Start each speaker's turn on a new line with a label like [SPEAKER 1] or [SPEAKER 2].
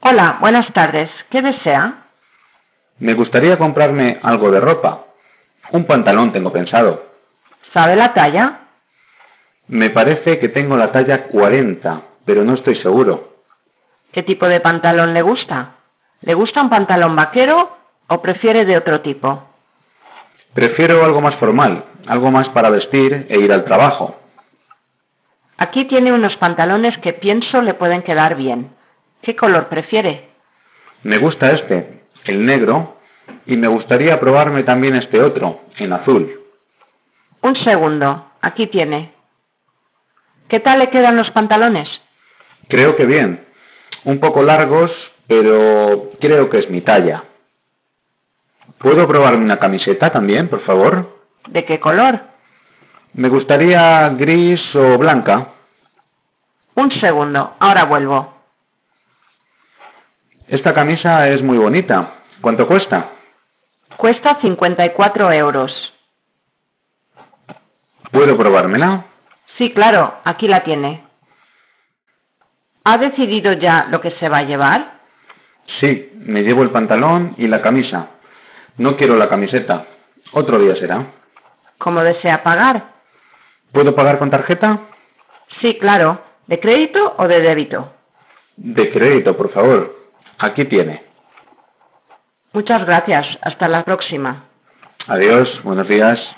[SPEAKER 1] Hola, buenas tardes. ¿Qué desea?
[SPEAKER 2] Me gustaría comprarme algo de ropa. Un pantalón tengo pensado.
[SPEAKER 1] ¿Sabe la talla?
[SPEAKER 2] Me parece que tengo la talla 40, pero no estoy seguro.
[SPEAKER 1] ¿Qué tipo de pantalón le gusta? ¿Le gusta un pantalón vaquero o prefiere de otro tipo?
[SPEAKER 2] Prefiero algo más formal, algo más para vestir e ir al trabajo.
[SPEAKER 1] Aquí tiene unos pantalones que pienso le pueden quedar bien. ¿Qué color prefiere?
[SPEAKER 2] Me gusta este, el negro, y me gustaría probarme también este otro, en azul.
[SPEAKER 1] Un segundo, aquí tiene. ¿Qué tal le quedan los pantalones?
[SPEAKER 2] Creo que bien. Un poco largos, pero creo que es mi talla. ¿Puedo probarme una camiseta también, por favor?
[SPEAKER 1] ¿De qué color?
[SPEAKER 2] Me gustaría gris o blanca.
[SPEAKER 1] Un segundo, ahora vuelvo.
[SPEAKER 2] Esta camisa es muy bonita. ¿Cuánto cuesta?
[SPEAKER 1] Cuesta 54 euros.
[SPEAKER 2] ¿Puedo probármela?
[SPEAKER 1] Sí, claro, aquí la tiene. ¿Ha decidido ya lo que se va a llevar?
[SPEAKER 2] Sí, me llevo el pantalón y la camisa. No quiero la camiseta. Otro día será.
[SPEAKER 1] ¿Cómo desea pagar?
[SPEAKER 2] ¿Puedo pagar con tarjeta?
[SPEAKER 1] Sí, claro. ¿De crédito o de débito?
[SPEAKER 2] De crédito, por favor. Aquí tiene.
[SPEAKER 1] Muchas gracias. Hasta la próxima.
[SPEAKER 2] Adiós, buenos días.